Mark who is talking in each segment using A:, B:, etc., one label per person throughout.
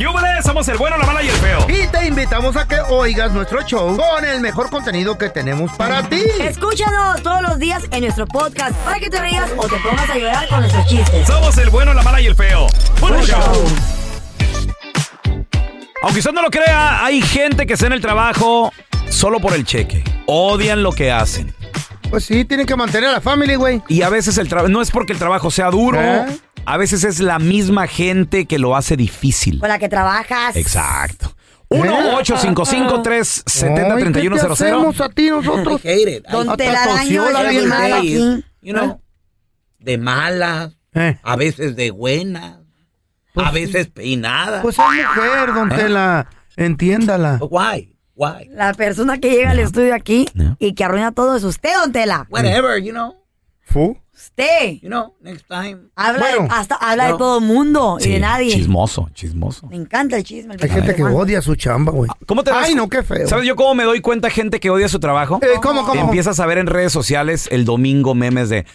A: ¡Yúbales! Somos el bueno, la mala y el feo.
B: Y te invitamos a que oigas nuestro show con el mejor contenido que tenemos para ti.
C: Escúchanos todos los días en nuestro podcast para que te rías o te pongas a llorar con nuestros chistes.
A: Somos el bueno, la mala y el feo. ¡Puro show! Aunque usted no lo crea, hay gente que está en el trabajo solo por el cheque. Odian lo que hacen.
B: Pues sí, tienen que mantener a la familia, güey.
A: Y a veces el trabajo, no es porque el trabajo sea duro,
B: ¿Eh?
A: a veces es la misma gente que lo hace difícil.
C: Con la que trabajas.
A: Exacto.
B: ¿Eh? 31 ¿Qué te
A: 1-855-370-3100.
B: hacemos a ti nosotros?
D: hate it. I-
C: Don
B: Hasta
C: Telaraño
B: tosió
C: es
B: la
C: el
B: vieja.
C: animal aquí.
D: you know, de malas,
B: Eh.
D: a veces de buenas, a veces peinadas. ¿Eh?
B: Pues es mujer, don Tela. Entiéndala.
D: But why? Why?
C: La persona que llega al estudio aquí y que arruina todo es usted, don Tela.
D: Whatever, you know,
B: Fu.
C: Usted.
D: you know, next time.
C: Habla, de-
B: Bueno.
C: hasta, habla de
D: No.
C: todo mundo y de nadie.
A: Chismoso, chismoso.
C: Me encanta el chisme. el
B: Hay gente que
C: chisme.
B: odia su chamba, güey.
A: Ah, ¿Cómo te das?
B: Ay, no, qué feo.
A: ¿Sabes yo cómo me doy cuenta gente que odia su trabajo?
B: Eh, ¿Cómo, cómo?
A: Empiezas a ver en redes sociales el domingo memes de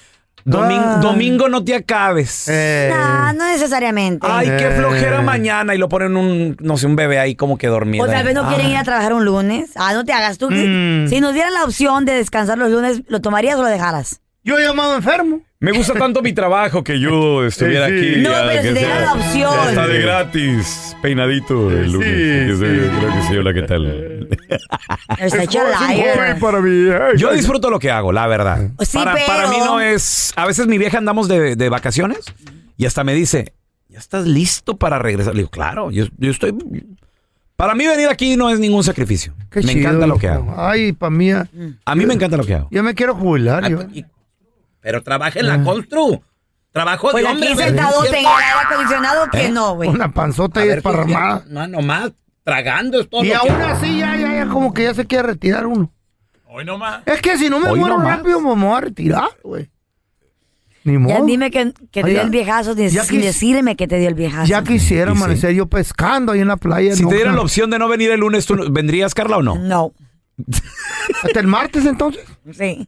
A: "Domin-
B: Ah.
A: domingo no te acabes.
B: Eh,
C: No, Ah, no necesariamente.
A: Ay, qué
B: Eh.
A: flojera mañana y lo ponen un no sé, un bebé ahí como que dormido.
C: o tal vez no quieren ir a trabajar un lunes. Ah, no te hagas tú. Si nos dieran la opción de descansar los lunes, ¿lo tomarías o lo dejaras?
B: Yo he llamado enfermo.
A: Me gusta tanto mi trabajo que yo
B: estuviera Sí, sí. aquí,
C: No, ah, pero que si te sea- dan la opción. hasta de
A: gratis, peinadito
B: el lunes, Sí, que se- sí. creo
A: que sí, hola, ¿qué tal?
C: Está hecha
B: Es un
C: liar.
B: hobby para mí. Ay,
A: Yo
B: ay,
A: disfruto lo que hago, la verdad.
C: Pues Sí,
A: para,
C: pero-
A: para mí no es. A veces mi vieja andamos de, de vacaciones y hasta me dice, ¿ya estás listo para regresar? Le digo, claro, yo, yo estoy. Para mí venir aquí no es ningún sacrificio.
B: qué
A: me
B: chido,
A: encanta lo que
B: loco.
A: hago.
B: Ay, pa' mí. ya-
A: A mí me encanta lo que hago.
B: Ya me quiero jubilar. yo.
D: Y- pero trabaja
B: Ah.
D: en la constru. Trabajo
C: Pues
D: de hombre.
C: aquí
D: ¿verdad?
C: sentado
D: ¿Cierto?
C: tengo el aire acondicionado
A: ¿Eh?
C: que no, güey.
B: ¿Eh? Una panzota
D: A
B: ahí
D: ver, tú,
B: esparramada.
D: fíjate, No, nomás tragando es todo.
B: Y
D: lo que-
B: aún así, ya, ya, ya, como que ya se quiere retirar uno.
A: Hoy nomás.
B: Es que si no me
A: Hoy
B: muero
A: nomás.
B: rápido, me voy a retirar, güey. Ni
C: Ya
B: modo.
C: dime que, que te
B: Oiga,
C: dio el viejazo sin
B: ya
C: sin
B: quis-
C: decirme que te dio el viejazo.
B: Ya quisiera
A: Y sí.
B: amanecer yo pescando ahí en la playa.
A: Si
B: no,
A: te dieran la
B: no.
A: opción de no venir el lunes, ¿tú no- vendrías, Carla, o no?
C: No,
B: Hasta el martes entonces.
C: sí.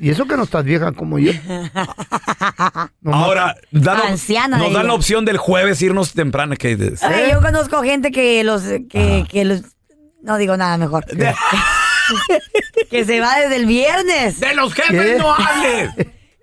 B: Y eso que no estás vieja como yo. No,
A: Ahora, dan-
C: Anciana,
A: nos
C: digo.
A: dan la opción del jueves irnos temprano. Que,
C: Ay, yo conozco gente que los, que,
B: Ah.
C: que los, no digo nada mejor. que se va desde el viernes.
D: De los jefes
B: ¿Qué?
D: no hables.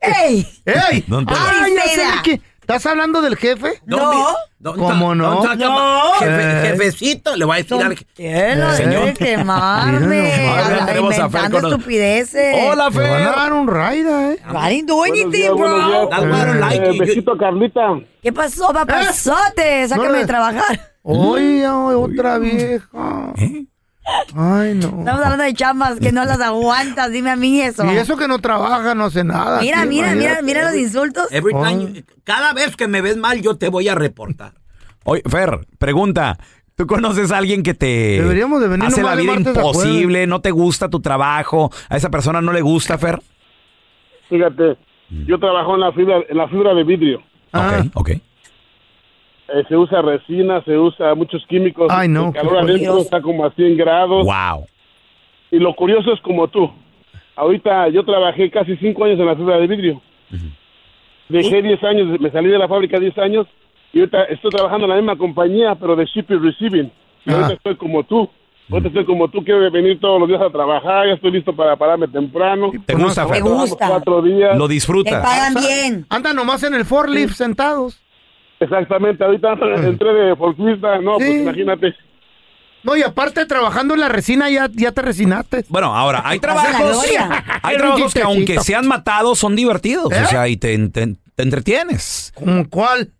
C: ¡Ey!
B: ¡Ey!
A: Don Tela.
B: ¡Ay, ya sé de
C: Seda.
B: qué! ¿Estás hablando del jefe?
C: No.
D: Don't
B: ¿Cómo
D: ta-
B: no?
D: don't talk about- jefe- jefecito, le voy a decir al je-
C: Quiero
A: Señor.
C: señor quemarme.
B: Mira nomás,
C: Habla-
A: ya tenemos a Fer
C: Inventando
A: con-
C: estupideces.
A: Hola,
B: Me van a
A: Fer.
B: dar un raida,
D: Ah,
B: ¿eh?
C: I didn't do anything, bro.
D: That's why I don't like
E: Eh,
D: you. You-
E: besito, Carlita.
C: ¿Qué pasó, papazote? Sácame
B: ¿Eh? le-
C: de trabajar.
B: Oye,
A: Mm.
B: otra vieja.
A: ¿Eh?
B: Ay, no.
C: Estamos hablando de chambas que no las aguantas. Dime a mí eso.
B: Y eso ah, que no trabaja, no hace nada.
C: Mira,
B: Sí,
C: mira, mira,
B: imagínate.
C: mira los insultos.
D: Every
B: Oh.
D: time you- cada vez que me ves mal, yo te voy a reportar.
A: Oye, Fer, pregunta. ¿Tú conoces a alguien que te
B: Deberíamos de venir
A: hace la
B: nomás de
A: vida
B: martes a
A: imposible, no te gusta tu trabajo, a esa persona no le gusta, Fer?
E: Fíjate, yo trabajo en la fibra, en la fibra de vidrio.
B: Ah.
A: Ok, ok.
E: Eh, se usa resina, se usa muchos químicos.
B: Ay, no,
E: El
B: qué
E: calor adentro
C: curioso.
E: está como a 100 grados.
A: Wow.
E: Y lo curioso es como tú. Ahorita yo trabajé casi 5 años en la fibra de vidrio. Dejé 10 años, me salí de la fábrica 10 años Y ahorita estoy trabajando en la misma compañía, pero de shipping receiving. Y ahorita estoy como tú. Ahorita estoy como tú, quiero venir todos los días a trabajar, ya estoy listo para pararme temprano.
A: ¿Te gusta,
C: Te
A: Fer?
C: gusta.
E: Cuatro días.
A: Lo
C: Te
A: disfrutas.
C: pagan bien.
B: Andan nomás en el forklift sentados.
E: Exactamente, ahorita entré de folclista, no, pues
B: Sí.
E: imagínate.
B: No, y aparte trabajando en la resina ya, ya te resinaste.
A: Bueno, ahora, hay
C: Pasa la
A: trabajos,
C: gloria.
B: Era
A: hay
B: un
A: trabajos que
B: chistecito.
A: aunque sean matados son divertidos.
B: ¿Eh?
A: O sea, y te, te- te entretienes.
B: ¿Cómo cuál?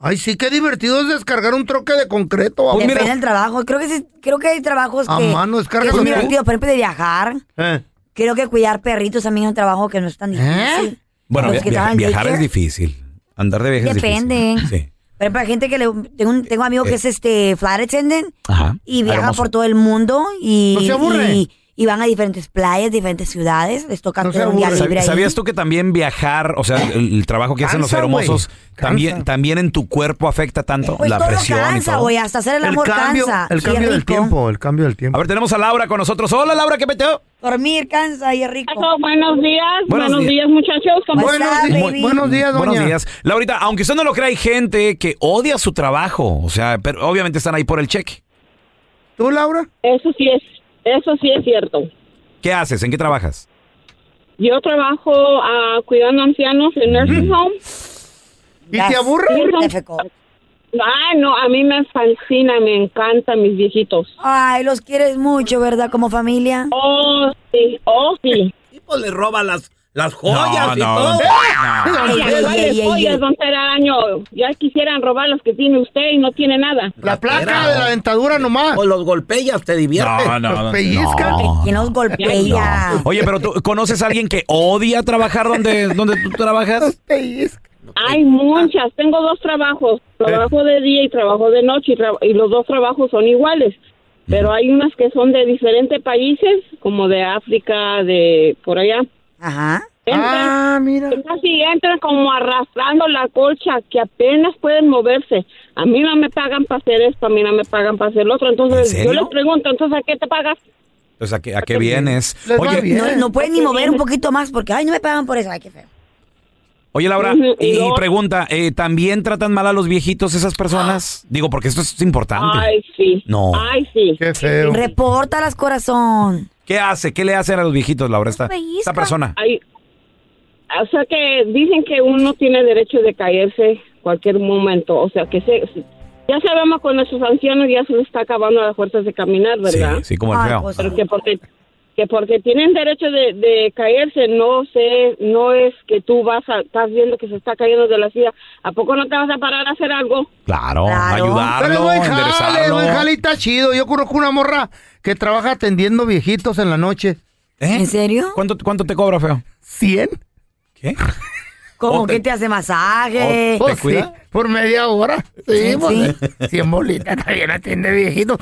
B: Ay, sí, qué divertido es descargar un troque de concreto.
A: Pues
B: abogado.
C: Oh.
A: mira.
C: Depende del trabajo. Creo que, sí- creo que hay trabajos
B: A
C: que,
B: mano,
C: que
B: descargas
C: son
B: tú.
C: divertidos. Por ejemplo, de viajar.
B: Eh.
C: Creo que cuidar perritos también es un trabajo que no es tan difícil.
B: ¿Eh?
A: Bueno,
C: Los que
A: via- via-
C: trabajan
A: viajar es
C: daycare.
A: difícil. Andar de viaje es
C: Depende.
A: difícil. Sí.
C: Por ejemplo, hay gente que le... Tengo un, tengo un amigo que es este flight attendant
A: Ajá.
C: y
A: Ah,
C: viaja
A: hermoso.
C: por todo el mundo y...
B: No se aburre.
C: Y, y van a diferentes playas, diferentes ciudades. Les toca
B: No se
C: tener un día
B: aburre.
C: libre
A: ¿Sab-
C: ahí.
A: ¿Sabías tú que también viajar, o sea, el, el trabajo que hacen los
B: Cansa, güey.
A: hermosos,
B: Cansa.
A: también, también en tu cuerpo afecta tanto
C: Pues
A: la
C: todo
A: presión y
C: cansa,
A: todo?
C: güey. Hasta hacer el
B: El
C: amor
B: cambio,
C: cansa.
B: el
C: y
B: cambio
C: es
B: del
C: rico.
B: tiempo, el cambio del tiempo.
A: A ver, tenemos a Laura con nosotros. Hola, Laura, ¿qué peteo?
C: Dormir cansa y es rico.
F: Eso, buenos días,
A: Buenos
F: buenos,
A: días.
F: días. muchachos. ¿Cómo
C: Bueno.
B: buenos,
C: What's up,
B: di-
C: baby?
B: buenos días, doña.
A: Buenos días. Laurita, aunque usted no lo crea, hay gente que odia su trabajo. O sea, pero obviamente están ahí por el cheque.
B: ¿Tú, Laura?
F: Eso sí es, eso sí es cierto.
A: ¿Qué haces? ¿En qué trabajas?
F: Yo trabajo ah, cuidando ancianos en nursing home.
B: ¿Y
C: Yes.
B: te aburre?
C: Típico.
F: Ah, no, a mí me fascina, me encantan mis viejitos.
C: Ay, los quieres mucho, ¿verdad? Como familia.
F: Oh, sí, oh, sí.
D: tipo le roba las, las joyas y
A: no,
D: todo.
A: don-
C: Ay, ay,
F: Le
C: ay,
F: vale
C: ay, ay.
F: joyas, don Telaraño. Ya quisieran robar las que tiene usted y no tiene nada.
B: La placa
D: Ratera.
B: de la dentadura nomás.
D: O los golpeas, te diviertes.
A: no, no,
B: Los pellizcan.
A: no.
C: ¿Quién los golpea?
A: Oye, pero tú conoces a alguien que odia trabajar donde, donde tú trabajas?
B: Pellizcan.
F: Hay muchas. Tengo dos trabajos. Trabajo de día y trabajo de noche. Y, tra- y los dos trabajos son iguales. Pero hay unas que son de diferentes países, como de África, de por allá.
C: Ajá.
F: Entran,
B: Ah, mira.
F: casi entran como arrastrando la colcha, que apenas pueden moverse. A mí no me pagan para hacer esto, a mí no me pagan para hacer lo otro. Entonces
A: ¿En
F: yo
A: serio?
F: les pregunto, entonces, ¿a qué te pagas?
A: O sea, Pues, ¿a qué, a qué vienes?
B: Pues, Les va
A: Oye,
B: bien.
C: No, no pueden ni mover un poquito más porque, ay, no me pagan por eso. Ay, qué feo.
A: oye Laura,
F: Ujú, y
A: y
F: luego-
A: pregunta, eh, ¿también tratan mal a los viejitos esas personas? Digo, porque esto es importante.
F: Ay, sí.
A: No.
F: Ay, sí.
B: Qué feo.
C: Reporta las corazón.
A: ¿Qué hace? ¿Qué le hacen a los viejitos, Laura, esta,
C: Los pellizcan.
A: esta persona?
F: Ay, o sea que dicen que uno tiene derecho de caerse cualquier momento. O sea que se, ya sabemos con nuestros ancianos ya se les está acabando las fuerzas de caminar,
A: Sí,
F: ¿verdad?
A: sí, como el
C: Ay,
A: feo.
C: pues,
F: Pero que porque que porque tienen derecho de, de caerse, no sé, no es que tú vas a, estás viendo que se está cayendo de la silla. ¿A poco no te vas a parar a hacer algo?
A: Claro,
C: Claro.
B: Pero
A: ayudarlo,
B: buen jale,
A: enderezarlo.
B: buen jale y está chido. Yo conozco una morra que trabaja atendiendo viejitos en la noche.
A: ¿Eh?
C: ¿En serio?
A: ¿Cuánto, ¿Cuánto te cobra, feo?
B: ¿Cien?
A: ¿Qué?
C: Como
A: Oh,
C: que
A: te-
C: te hace masaje.
B: Pues
A: ¿Te cuida?
B: sí, por media hora. Sí,
C: Sí,
B: pues, Cien bolitas. También atiende viejitos.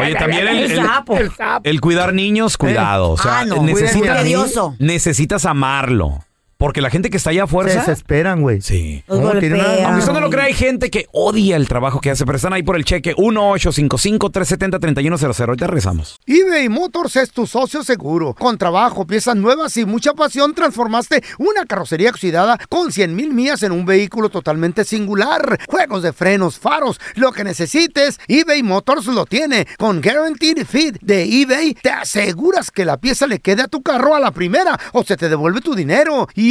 A: Oye, también el,
C: El
A: el-
C: sapo.
B: El sapo.
A: el cuidar niños, cuidado. O sea,
C: Ah, no,
B: cuídense
A: necesitas,
B: a mí.
C: Tedioso.
A: necesitas amarlo. Porque la gente que está allá a
B: Se
A: fuerza.
B: desesperan, güey.
A: Sí.
C: Los
B: No, tiene nada-
C: golpea.
A: Aunque usted no lo crea, hay gente que odia el trabajo que hace, pero están ahí por el cheque. 1-855-370-3100. Ahorita rezamos.
B: eBay Motors es tu socio seguro. Con trabajo, piezas nuevas y mucha pasión, transformaste una carrocería oxidada con 100 mil millas en un vehículo totalmente singular. Juegos de frenos, faros, lo que necesites, eBay Motors lo tiene. Con Guaranteed Fit de eBay, te aseguras que la pieza le quede a tu carro a la primera o se te devuelve tu dinero. Y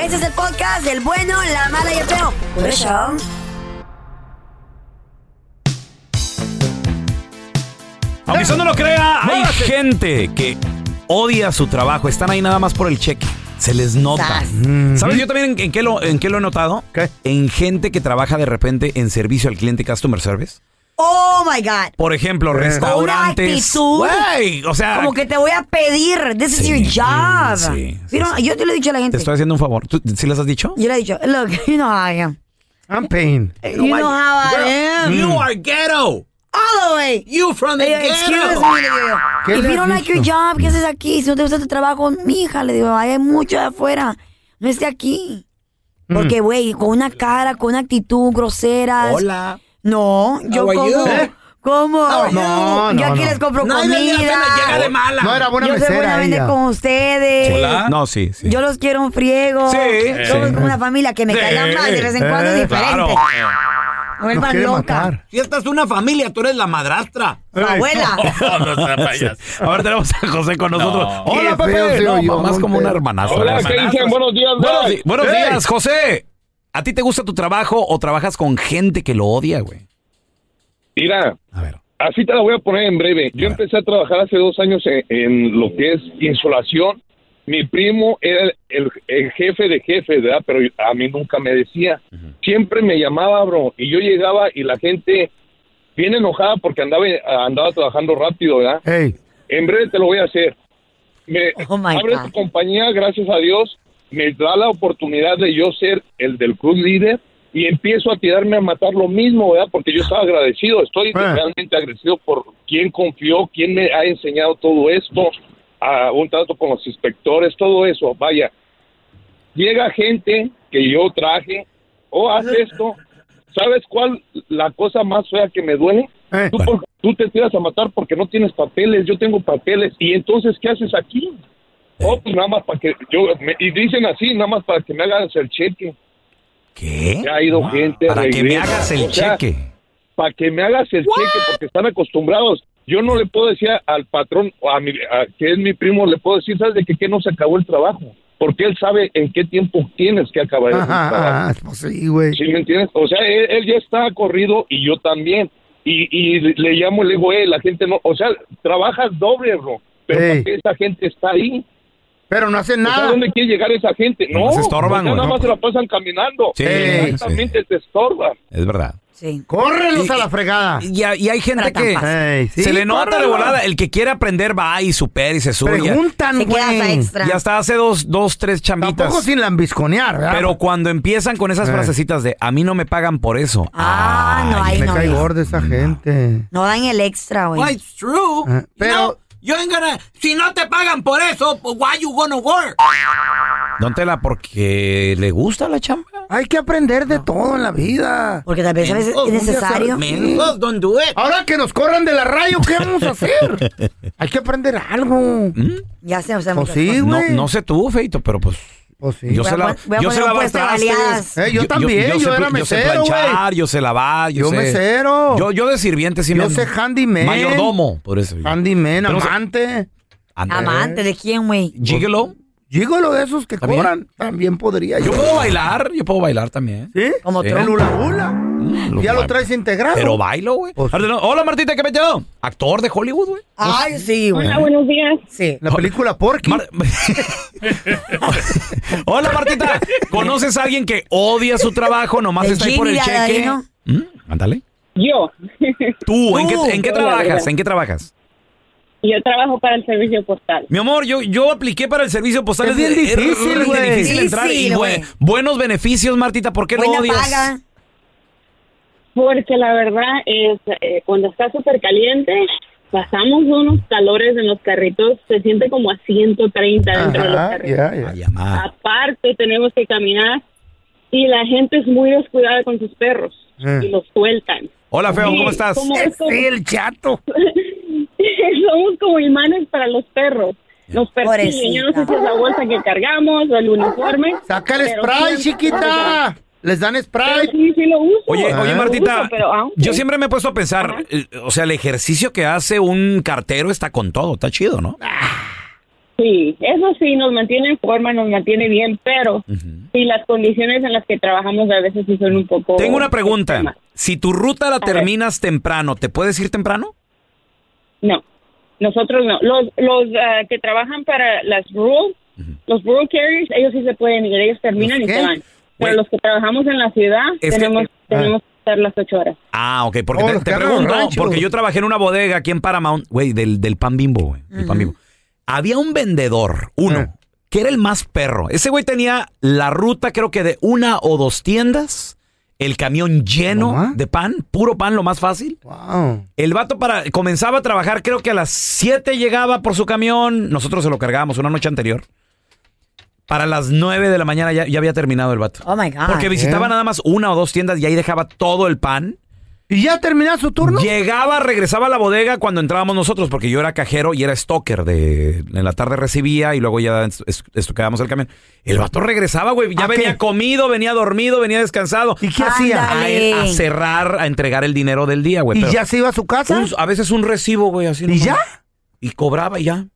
C: Ese es el podcast del bueno, la mala y el feo. Por eso.
A: Aunque usted no lo crea, hay gente que odia su trabajo. Están ahí nada más por el cheque. Se les nota.
C: Sas.
A: Mm. ¿Sabes yo también en, en qué lo, en qué lo he notado? En gente que trabaja de repente en servicio al cliente customer service.
C: Oh my God.
A: Por ejemplo,
C: Con una
A: restaurantes.
C: actitud.
A: Güey, o sea,
C: Como que te voy a pedir. This is your job. You know, Yo te lo he dicho a la
A: te
C: gente.
A: estoy haciendo un favor. ¿Tú, ¿Sí les has dicho?
C: Yo le he dicho, look, you know how I am.
B: I'm paying.
C: You know how I am.
D: You are ghetto.
C: All the way.
D: You from the
C: Eh,
D: ghetto.
C: excuse me, le digo.
B: ¿Qué
C: If
B: le
C: you
B: has
C: don't like your
B: dicho?
C: job, ¿qué haces aquí? Si no te gusta tu trabajo, mija, le digo, hay mucho de afuera. No esté aquí.
D: Mm.
C: Porque, güey, con una cara, con una actitud grosera.
D: Hola.
C: No, yo
D: How are
C: como.
D: you?
C: ¿Cómo?
D: How are
B: No, you?
C: Yo
B: no,
C: aquí
B: no.
C: les compro
D: Nadie
C: comida.
D: le hace la llega de mala.
B: No era buena
C: yo soy buena
B: mesera
C: vender
B: ella.
C: con ustedes.
A: No, sí, sí.
C: Yo los quiero un friego.
A: Sí,
C: Somos
A: sí.
C: como una familia que me
A: Sí.
C: caigan mal de vez en cuando es
B: Eh,
C: diferente.
A: Claro.
C: No
B: Nos
C: vuelvan
B: quiere
C: loca.
B: matar.
D: Si esta es una familia, tú eres la madrastra.
C: Tu abuela.
A: A ver, tenemos a José con nosotros. Hola,
B: Qué
A: Pepe.
B: feo se
A: No,
B: oyó,
A: más como
B: Montes.
A: una hermanaza.
E: Hola,
A: la
E: ¿qué
A: hermanaza.
E: dicen? Buenos días,
A: Buenos,
E: Dad.
A: di- buenos
E: Hey.
A: días, José. ¿A ti te gusta tu trabajo o trabajas con gente que lo odia, güey?
E: Mira,
A: A ver.
E: así te la voy a poner en breve. Yo
A: A ver.
E: empecé a trabajar hace dos años en, en lo que es insolación. Mi primo era el, el- el jefe de jefes, ¿verdad? Pero a mí nunca me decía. Siempre me llamaba, bro. Y yo llegaba y la gente bien enojada porque andaba, andaba trabajando rápido, ¿verdad?
B: Hey,
E: En breve te lo voy a hacer. Me
C: Oh, my
E: abre
C: God.
E: tu compañía, gracias a Dios, me da la oportunidad de yo ser el del club líder y empiezo a tirarme a matar lo mismo, ¿verdad? Porque yo estaba agradecido, estoy realmente agradecido por quien confió, quien me ha enseñado todo esto, a un trato con los inspectores, todo eso, vaya. Llega gente que yo traje, o hace esto, ¿sabes cuál la cosa más fea que me duele?
B: eh.
E: Tú, por- tú te tiras a matar porque no tienes papeles, yo tengo papeles, y entonces, ¿qué haces aquí?
A: Eh.
E: Oh, pues nada más para que yo, me- y dicen así, nada más para que me hagas el cheque.
A: ¿Qué?
E: Ya ha ido gente,
A: Para que me
E: regresa.
A: hagas el
E: O sea,
A: cheque.
E: Para que me hagas el cheque, porque están acostumbrados. Yo no le puedo decir al patrón, o a mi, a- que es mi primo, le puedo decir, ¿sabes de qué? Que no se acabó el trabajo. Porque él sabe en qué tiempo tienes que acabar el trabajo.
B: Ajá, ajá, pues sí, güey.
E: ¿Sí me entiendes? O sea, él, él ya está corrido y yo también. Y, y le llamo y le digo, eh, la gente no. O sea, trabajas doble, bro. Pero
B: Ey.
E: ¿por qué esa gente está ahí?
B: Pero no hacen
E: O sea,
B: nada.
E: ¿Dónde quiere llegar esa gente? No,
A: Nomás estorban,
E: o sea,
A: güey,
E: nada
A: ¿no?
E: más se la pasan caminando.
A: Sí,
E: Exactamente, te estorban.
A: Es verdad.
C: Sí.
B: Córrelos a la fregada.
A: Y, a- Ah, y hay gente
C: Tratan
A: que
C: paz.
B: Ey, sí,
A: se le nota de
B: córrelos.
A: volada. El que quiere aprender va y supera y se sube.
B: Preguntan,
C: Se queda hasta
B: güey.
C: extra.
A: Y hasta hace dos, dos tres chambitas.
B: Tampoco sin lambisconear, ¿verdad?
A: Pero cuando empiezan con esas
B: Eh.
A: frasecitas de a mí no me pagan por eso.
C: Ah, no,
A: Ay,
C: ahí
B: me
C: no.
B: cae
C: viejo.
B: gorda esa gente.
C: No dan el extra,
D: Well,
C: güey.
D: it's true.
B: Ah, pero-
D: No, yo ain't gonna- Si no te pagan por eso, pues, why you gonna work?
A: Don Tela, porque le gusta la chamba.
B: Hay que aprender de todo en la vida.
C: Porque tal vez a veces
D: Oh,
C: es necesario.
D: Mensos, don't do it.
B: Mm. Ahora que nos corran de la radio, ¿qué vamos a hacer? Hay que aprender algo.
C: Ya se usa
B: Pues
C: muchas
B: sí,
C: cosas.
A: Mm. No,
B: güey.
A: no sé tú, Feito, pero pues
B: Pues sí.
A: yo
C: Voy
A: sé
C: a
A: la
C: pon- voy a
A: yo sé
C: poner un
A: lavar
C: puesto de
A: trastes.
C: baleadas.
B: Eh, yo también, yo
A: sé
B: era
A: pl- yo sé
B: mesero,
A: planchar, yo sé lavar, yo,
B: Yo
A: sé
B: mesero.
A: Yo yo de sirviente sí
B: Yo
A: me
B: sé handyman.
A: Mayordomo, por eso. yo.
B: Handyman,
A: Pero no sé-
B: amante.
A: Ande-
C: Amante de quién, güey.
A: Gigolo.
B: Dígalo de esos que
A: ¿También?
B: cobran. También podría
A: Yo
B: yo.
A: puedo bailar, yo puedo bailar también.
B: ¿Sí?
C: Como
A: Sí.
B: El
C: trompa.
B: hula hula. Ya lo traes integrado.
A: Pero bailo, güey.
B: Pues-
A: Ahora, no, Hola Martita, ¿qué metido? Actor de Hollywood, güey.
C: Ay, Ah, sí, güey.
F: Hola, buenos días.
C: Sí.
B: la película Porky.
A: Mar- Hola Martita, ¿conoces a alguien que odia su trabajo, nomás
C: El
A: está ahí por el
C: Jimmy de
A: cheque?
C: Aladino.
A: ¿Mm? Ándale.
F: Yo.
A: Tú, ¿en qué,
C: Tú.
A: en qué
F: Yo, la
A: trabajas?
F: verdad.
A: ¿En qué trabajas?
F: Yo trabajo para el servicio postal.
A: Mi amor, yo, yo apliqué para el servicio postal.
B: Es bien difícil,
A: es
B: güey.
A: difícil entrar. Y,
C: Difícil,
A: güey,
C: güey.
A: buenos beneficios, Martita. ¿Por qué lo
C: Buena
A: odias?
C: paga.
F: Porque la verdad es, eh, cuando está súper caliente, pasamos unos calores en los carritos, se siente como a 130 dentro de los
B: Ajá,
F: carritos.
B: ya, ya.
A: Ay, amá.
F: Aparte, tenemos que caminar y la gente es muy descuidada con sus perros
B: Eh.
F: y los sueltan.
A: Hola, Feo,
F: Sí,
A: ¿cómo estás?
F: como es como-
B: Sí, el chato.
F: somos como imanes para los perros. Nos persiguen. Yo no sé si es la bolsa que cargamos o el uniforme.
B: Saca el
F: pero
B: spray,
F: siempre-
B: chiquita. Les dan
F: Pero
B: spray. Ah,
F: sí, sí lo uso.
A: Oye,
F: Sí
A: oye,
F: lo
A: Martita,
F: uso, pero aunque-
A: yo siempre me he puesto a pensar, eh, o sea, el ejercicio que hace un cartero está con todo, está chido, ¿no?
F: Sí, eso sí, nos mantiene en forma, nos mantiene bien, pero sí, las condiciones en las que trabajamos a veces sí son un poco...
A: Tengo una pregunta.
F: extremas.
A: Si tu ruta la
F: ver.
A: terminas temprano, ¿te puedes ir temprano?
F: No, nosotros no. Los, los ah, que trabajan para las rural, los rural carriers, ellos sí se pueden ir, ellos terminan y
A: ¿Los
F: se
A: qué?
F: van. Pero los que trabajamos en la ciudad
A: Es que-
F: tenemos,
A: ah.
F: tenemos que estar las ocho horas.
A: Ah, ok, porque
F: Oh,
A: te,
F: los
A: te
F: carros
A: pregunto,
F: ranchos.
A: porque yo trabajé en una bodega aquí en Paramount, güey, del, del pan bimbo, güey, del pan bimbo. Había un vendedor, uno,
F: Ah.
A: que era el más perro. Ese güey tenía la ruta, creo que de una o dos tiendas, el camión lleno de pan, puro pan, lo más fácil. El vato para, comenzaba a trabajar, creo que a las 7 llegaba por su camión, nosotros se lo cargábamos una noche anterior. Para las 9 de la mañana ya, ya había terminado el vato.
C: Oh my God.
A: Porque visitaba
B: Eh,
A: nada más una o dos tiendas y ahí dejaba todo el pan. ¿Y ya terminaba su turno? Llegaba, regresaba a la bodega cuando entrábamos nosotros, porque yo era cajero y era stalker. De, en la tarde recibía y luego ya es- es- estocábamos el camión. El vato regresaba, güey. Ya venía comido, venía dormido, venía descansado. ¿Y qué
B: hacía?
A: A, ir a
B: Ándale.
A: cerrar, a entregar el dinero del día, güey.
B: ¿Y
A: pero
B: ya se iba a su casa?
A: un- a veces un recibo, güey, así. ¿Y ya? Y cobraba y ya.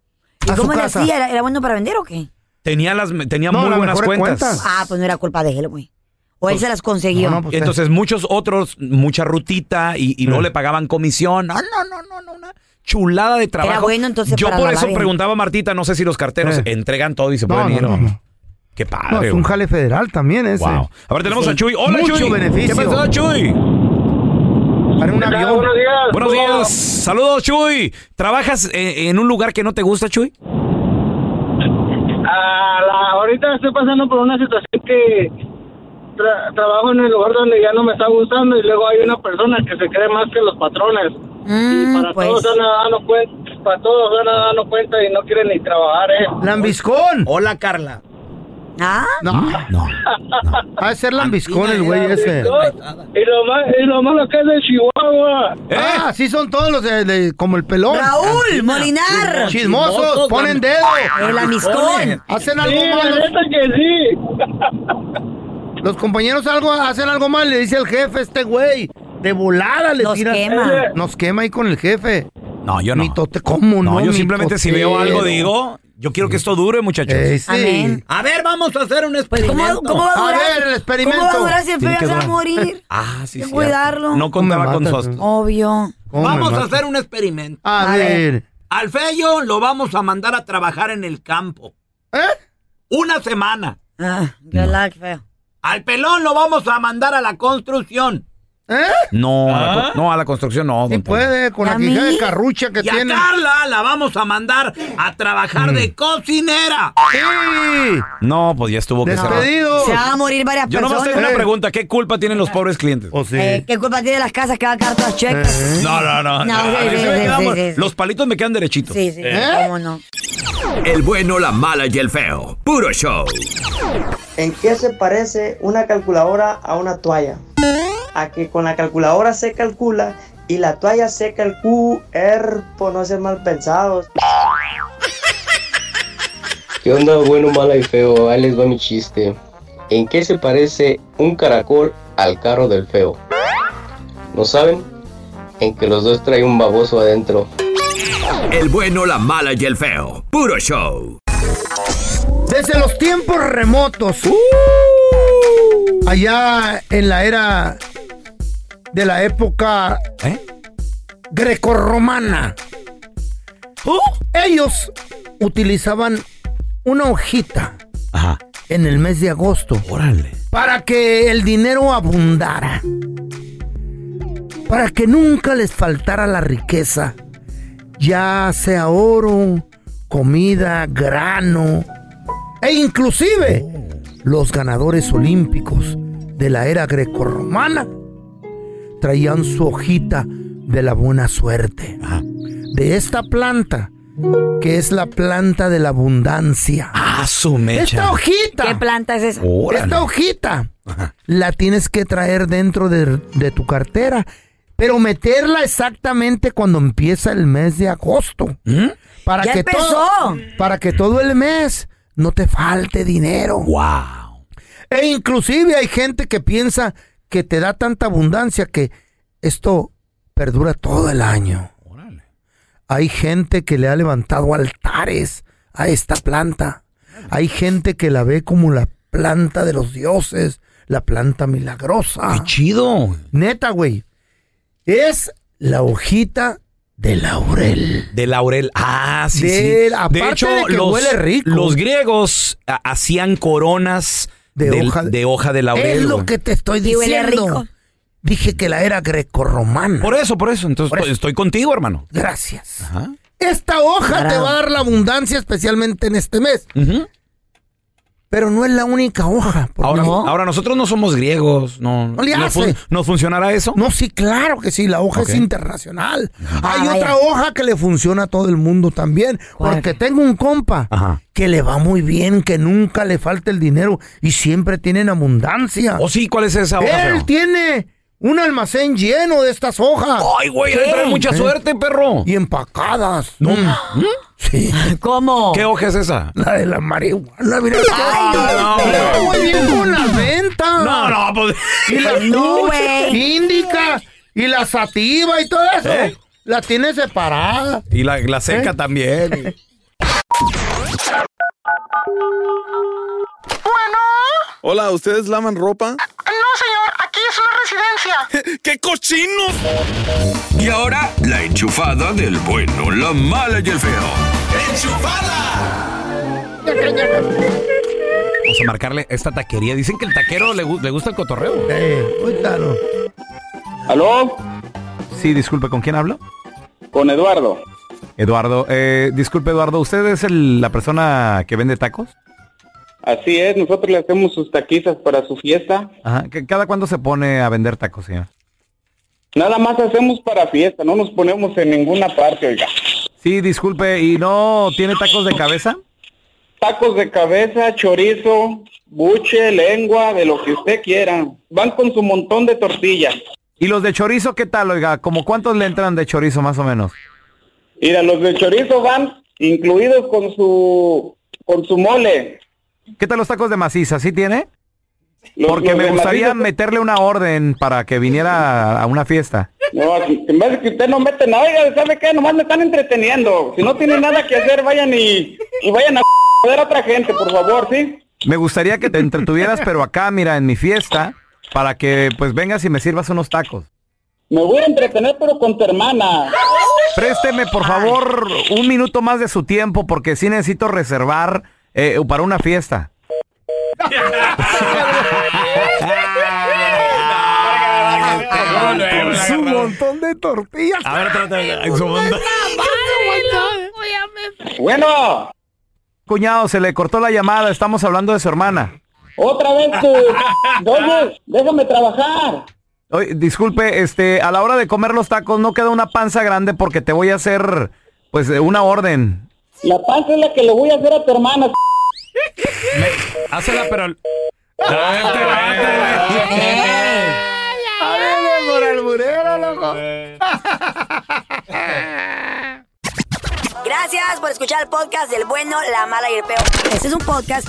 C: ¿Y cómo le hacía? ¿Era, era bueno para vender o qué?
A: Tenía, las, tenía
C: No,
A: muy
C: las
A: buenas
C: mejores
A: cuentas. Pues,
C: Ah, pues no era culpa de él, güey. O él se las consiguió.
B: pues,
A: Entonces, muchos otros, mucha rutita y, y no le pagaban comisión. No, no, no, no, no, una chulada de trabajo.
C: Era bueno, entonces,
A: Yo
C: para
A: por
C: lavar
A: eso
C: bien.
A: preguntaba a Martita, no sé si los carteros
B: Eh.
A: entregan todo y se
B: No,
A: pueden
B: no,
A: ir.
B: no,
A: o-
B: no.
A: Qué
B: No,
A: padre.
B: es un
A: güey.
B: jale federal también ese.
A: Wow. A ver, tenemos
B: Sí.
A: a Chuy. Hola,
B: Mucho
A: Chuy.
B: beneficio.
A: ¿Qué pasó, Chuy?
B: Para un avión.
A: Buenos días. Buenos
B: ¿Cómo
A: días. Saludos, Chuy. ¿Trabajas eh, en un lugar que no te gusta, Chuy?
G: A la- ahorita estoy pasando por una situación que tra- trabajo en el lugar donde ya no me está gustando y luego hay una persona que se cree más que los patrones.
C: Mm,
G: y para
B: pues.
G: todos van a dando cuenta, para todos van a dando cuenta y no quieren ni trabajar, eh.
B: ¡Lambiscón!
A: Hola, Carla.
C: ¿Ah?
B: No.
A: No.
B: Ha de ser lambiscón el güey ese.
G: Y lo, ma- y lo malo que es de Chihuahua.
B: Ah, sí son todos los de, de- como el pelón.
G: Raúl Molinar.
B: Chismosos, Chismosos, ponen dedo.
G: El lambiscón.
B: Hacen algo
G: Sí, la
B: mal.
G: neta
B: Los compañeros algo, hacen algo mal, le dice el jefe este güey. De volada le
A: Nos
B: tira.
A: quema.
B: Nos quema ahí con el jefe.
A: No, yo no.
B: Mi tote, ¿cómo no?
A: No, yo
B: mi
A: simplemente si veo
B: totero?
A: algo digo, yo quiero que esto dure, muchachos.
B: Eh, sí. Amén.
D: A ver, vamos a hacer un experimento.
C: ¿Cómo va a durar?
B: ver, el experimento.
C: ¿Cómo va a durar si el
B: Tiene
C: feo
B: que
C: se va a
B: durar.
C: morir?
A: Ah, sí,
C: Hay que
A: sí.
C: cuidarlo.
A: No contaba con su
B: eh,
A: astucia.
C: Obvio.
D: Vamos a hacer un experimento.
B: A A ver. ver.
D: Al Fello lo vamos a mandar a trabajar en el campo.
B: ¿Eh?
D: Una semana.
C: Ah, good luck, feo.
D: Al Pelón lo vamos a mandar a la construcción.
A: No, a la, co- no, a la construcción no. don Tela.
B: ¿Eh? puede, con
D: ¿A
B: la
D: mí?
B: quijada de carrucha que
D: y
B: tiene. Mm.
D: a Carla la vamos a mandar a trabajar de cocinera.
A: No, pues ya estuvo que cerrar.
C: Se van a morir varias
A: Yo nomás
C: personas.
B: Eh,
A: tengo una pregunta, ¿qué culpa tienen los pobres clientes?
B: Oh,
C: Eh, ¿Qué culpa tiene las casas que van a quedar todas
B: Eh.
C: chuecas?
A: No, no, no.
C: No,
A: Eh, A
C: sí,
A: mí
C: sí,
A: se me
C: sí,
A: quedan
C: sí,
A: bol-
C: sí, sí.
A: Los palitos me quedan derechitos.
C: Sí,
A: ¿Eh?
C: sí,
B: ¿Eh?
C: cómo no.
H: El bueno, la mala y el feo. Puro show.
I: ¿En qué se parece una calculadora a una toalla? A que con la calculadora se calcula y la toalla se calcula, por no ser mal pensados.
J: ¿Qué onda, bueno, mala y feo? Ahí les va mi chiste. ¿En qué se parece un caracol al carro del feo? ¿No saben? En que los dos traen un baboso adentro.
H: El bueno, la mala y el feo. Puro show.
B: Desde los tiempos remotos.
D: ¡Uh!
B: Allá en la era de la época
D: ¿Eh?
B: grecorromana. Ellos utilizaban una hojita
A: Ajá.
B: en el mes de agosto. Para que el dinero abundara. Para que nunca les faltara la riqueza. Ya sea oro, comida, grano. E inclusive los ganadores olímpicos de la era grecorromana traían su hojita de la buena suerte. ah, De esta planta, que es la planta de la abundancia.
A: Ah, su
B: Esta hojita.
C: ¿Qué planta es esa?
B: Esta hojita la tienes que traer dentro de, de tu cartera, pero meterla exactamente cuando empieza el mes de agosto. Para
C: ¡Ya
B: que
C: empezó!
B: todo para que todo el mes no te falte dinero.
A: Wow.
B: E inclusive hay gente que piensa que te da tanta abundancia que esto perdura todo el año. Hay gente que le ha levantado altares a esta planta. Hay gente que la ve como la planta de los dioses, la planta milagrosa. ¡Qué
A: chido!
B: Neta, güey. Es la hojita
A: De laurel. De laurel. Ah, sí,
K: Del-
A: sí.
K: aparte
A: de hecho,
K: de que
A: los,
K: huele rico.
A: los griegos a- hacían coronas
B: De
A: del- de,
B: hoja-
A: hoja, de laurel.
B: Es lo
A: güey.
B: que te estoy
C: Y huele
B: diciendo.
C: rico.
B: Dije que la era grecorromana.
A: Por eso, por eso. Entonces, pues, estoy- estoy contigo, hermano.
B: Gracias.
A: Ajá.
B: Esta hoja
A: Parado.
B: te va a dar la abundancia, especialmente en este mes. Pero no es la única hoja. porque
A: Ahora, ahora nosotros no somos griegos, no.
B: No le
A: ¿nos
B: hace.
A: fun- ¿Nos funcionará eso?
B: No, sí, claro que sí, la hoja
A: Ok.
B: es internacional.
A: Ah,
B: Hay
A: vaya.
B: otra hoja que le funciona a todo el mundo también, porque tengo un compa que le va muy bien, que nunca le falta el dinero y siempre tienen abundancia.
A: ¿O sí? ¿Cuál es esa hoja,
B: Él
A: feo?
B: tiene un almacén lleno de estas hojas.
A: Ay, güey, ha de traer mucha suerte, perro.
B: Y empacadas.
A: No.
B: Mm. Sí.
C: ¿Cómo?
A: ¿Qué hoja es esa?
B: La de la marihuana, mira.
A: Ay, no,
B: Pero
A: hombre.
B: muy bien con la venta.
A: No, no, pues.
B: Y la luz indica y la sativa y todo eso.
A: ¿Eh?
B: La tiene separada.
A: Y la, la
B: ¿Eh?
A: seca también.
L: Bueno,
E: Hola, ¿ustedes lavan ropa?
L: no señor, aquí es una residencia. ¡Qué cochinos!
M: Y ahora, la enchufada del bueno, la mala y el feo.
A: Vamos a marcarle esta taquería. Dicen que el taquero le, gu- le gusta el cotorreo.
N: ¿Aló?
A: Sí, disculpe, ¿con quién hablo?
N: Con Eduardo.
A: Eduardo, eh, disculpe Eduardo, ¿usted es el- la persona que vende tacos?
N: Así es, nosotros le hacemos sus taquizas para su fiesta.
A: Ajá. ¿que- ¿Cada cuándo se pone a vender tacos, señor?
N: Nada más hacemos para fiesta, no nos ponemos en ninguna parte, oiga.
A: Sí, disculpe, ¿y no tiene tacos de cabeza?
N: Tacos de cabeza, chorizo, buche, lengua, de lo que usted quiera. Van con su montón de tortillas.
A: ¿Y los de chorizo qué tal, oiga? ¿Como cuántos le entran de chorizo más o menos?
N: Mira, los de chorizo van incluidos con su con su mole.
A: ¿Qué tal los tacos de maciza? ¿Sí tiene?
N: Los-
A: Porque
N: los
A: me
N: de
A: gustaría
N: maciza-
A: meterle una orden para que viniera a- a una fiesta.
N: No, aquí- en vez de que usted no mete nada, oiga, ¿sabe qué? Nomás me están entreteniendo. Si no tienen nada que hacer, vayan y, y vayan a joder a otra gente, por favor, ¿sí?
A: Me gustaría que te entretuvieras, pero acá, mira, en mi fiesta, para que pues vengas y me sirvas unos tacos.
N: Me voy a entretener, pero con tu hermana.
A: Présteme, por favor, un minuto más de su tiempo, porque sí necesito reservar eh, para una fiesta.
B: Ah,
A: eh,
B: Su montón de tortillas.
N: Bueno.
A: Cuñado, se le cortó la llamada, estamos hablando de su hermana.
N: Otra vez tú. Oye, déjame trabajar.
A: Oye, disculpe, este, a la hora de comer los tacos no queda una panza grande porque te voy a hacer, pues, eh, una orden.
N: La panza es la que le voy a hacer a tu hermana.
A: Hácela, pero...
N: Eh,
B: por alburero, loco. Ah,
C: Gracias por escuchar el podcast del bueno, la mala y el peor. Este es un podcast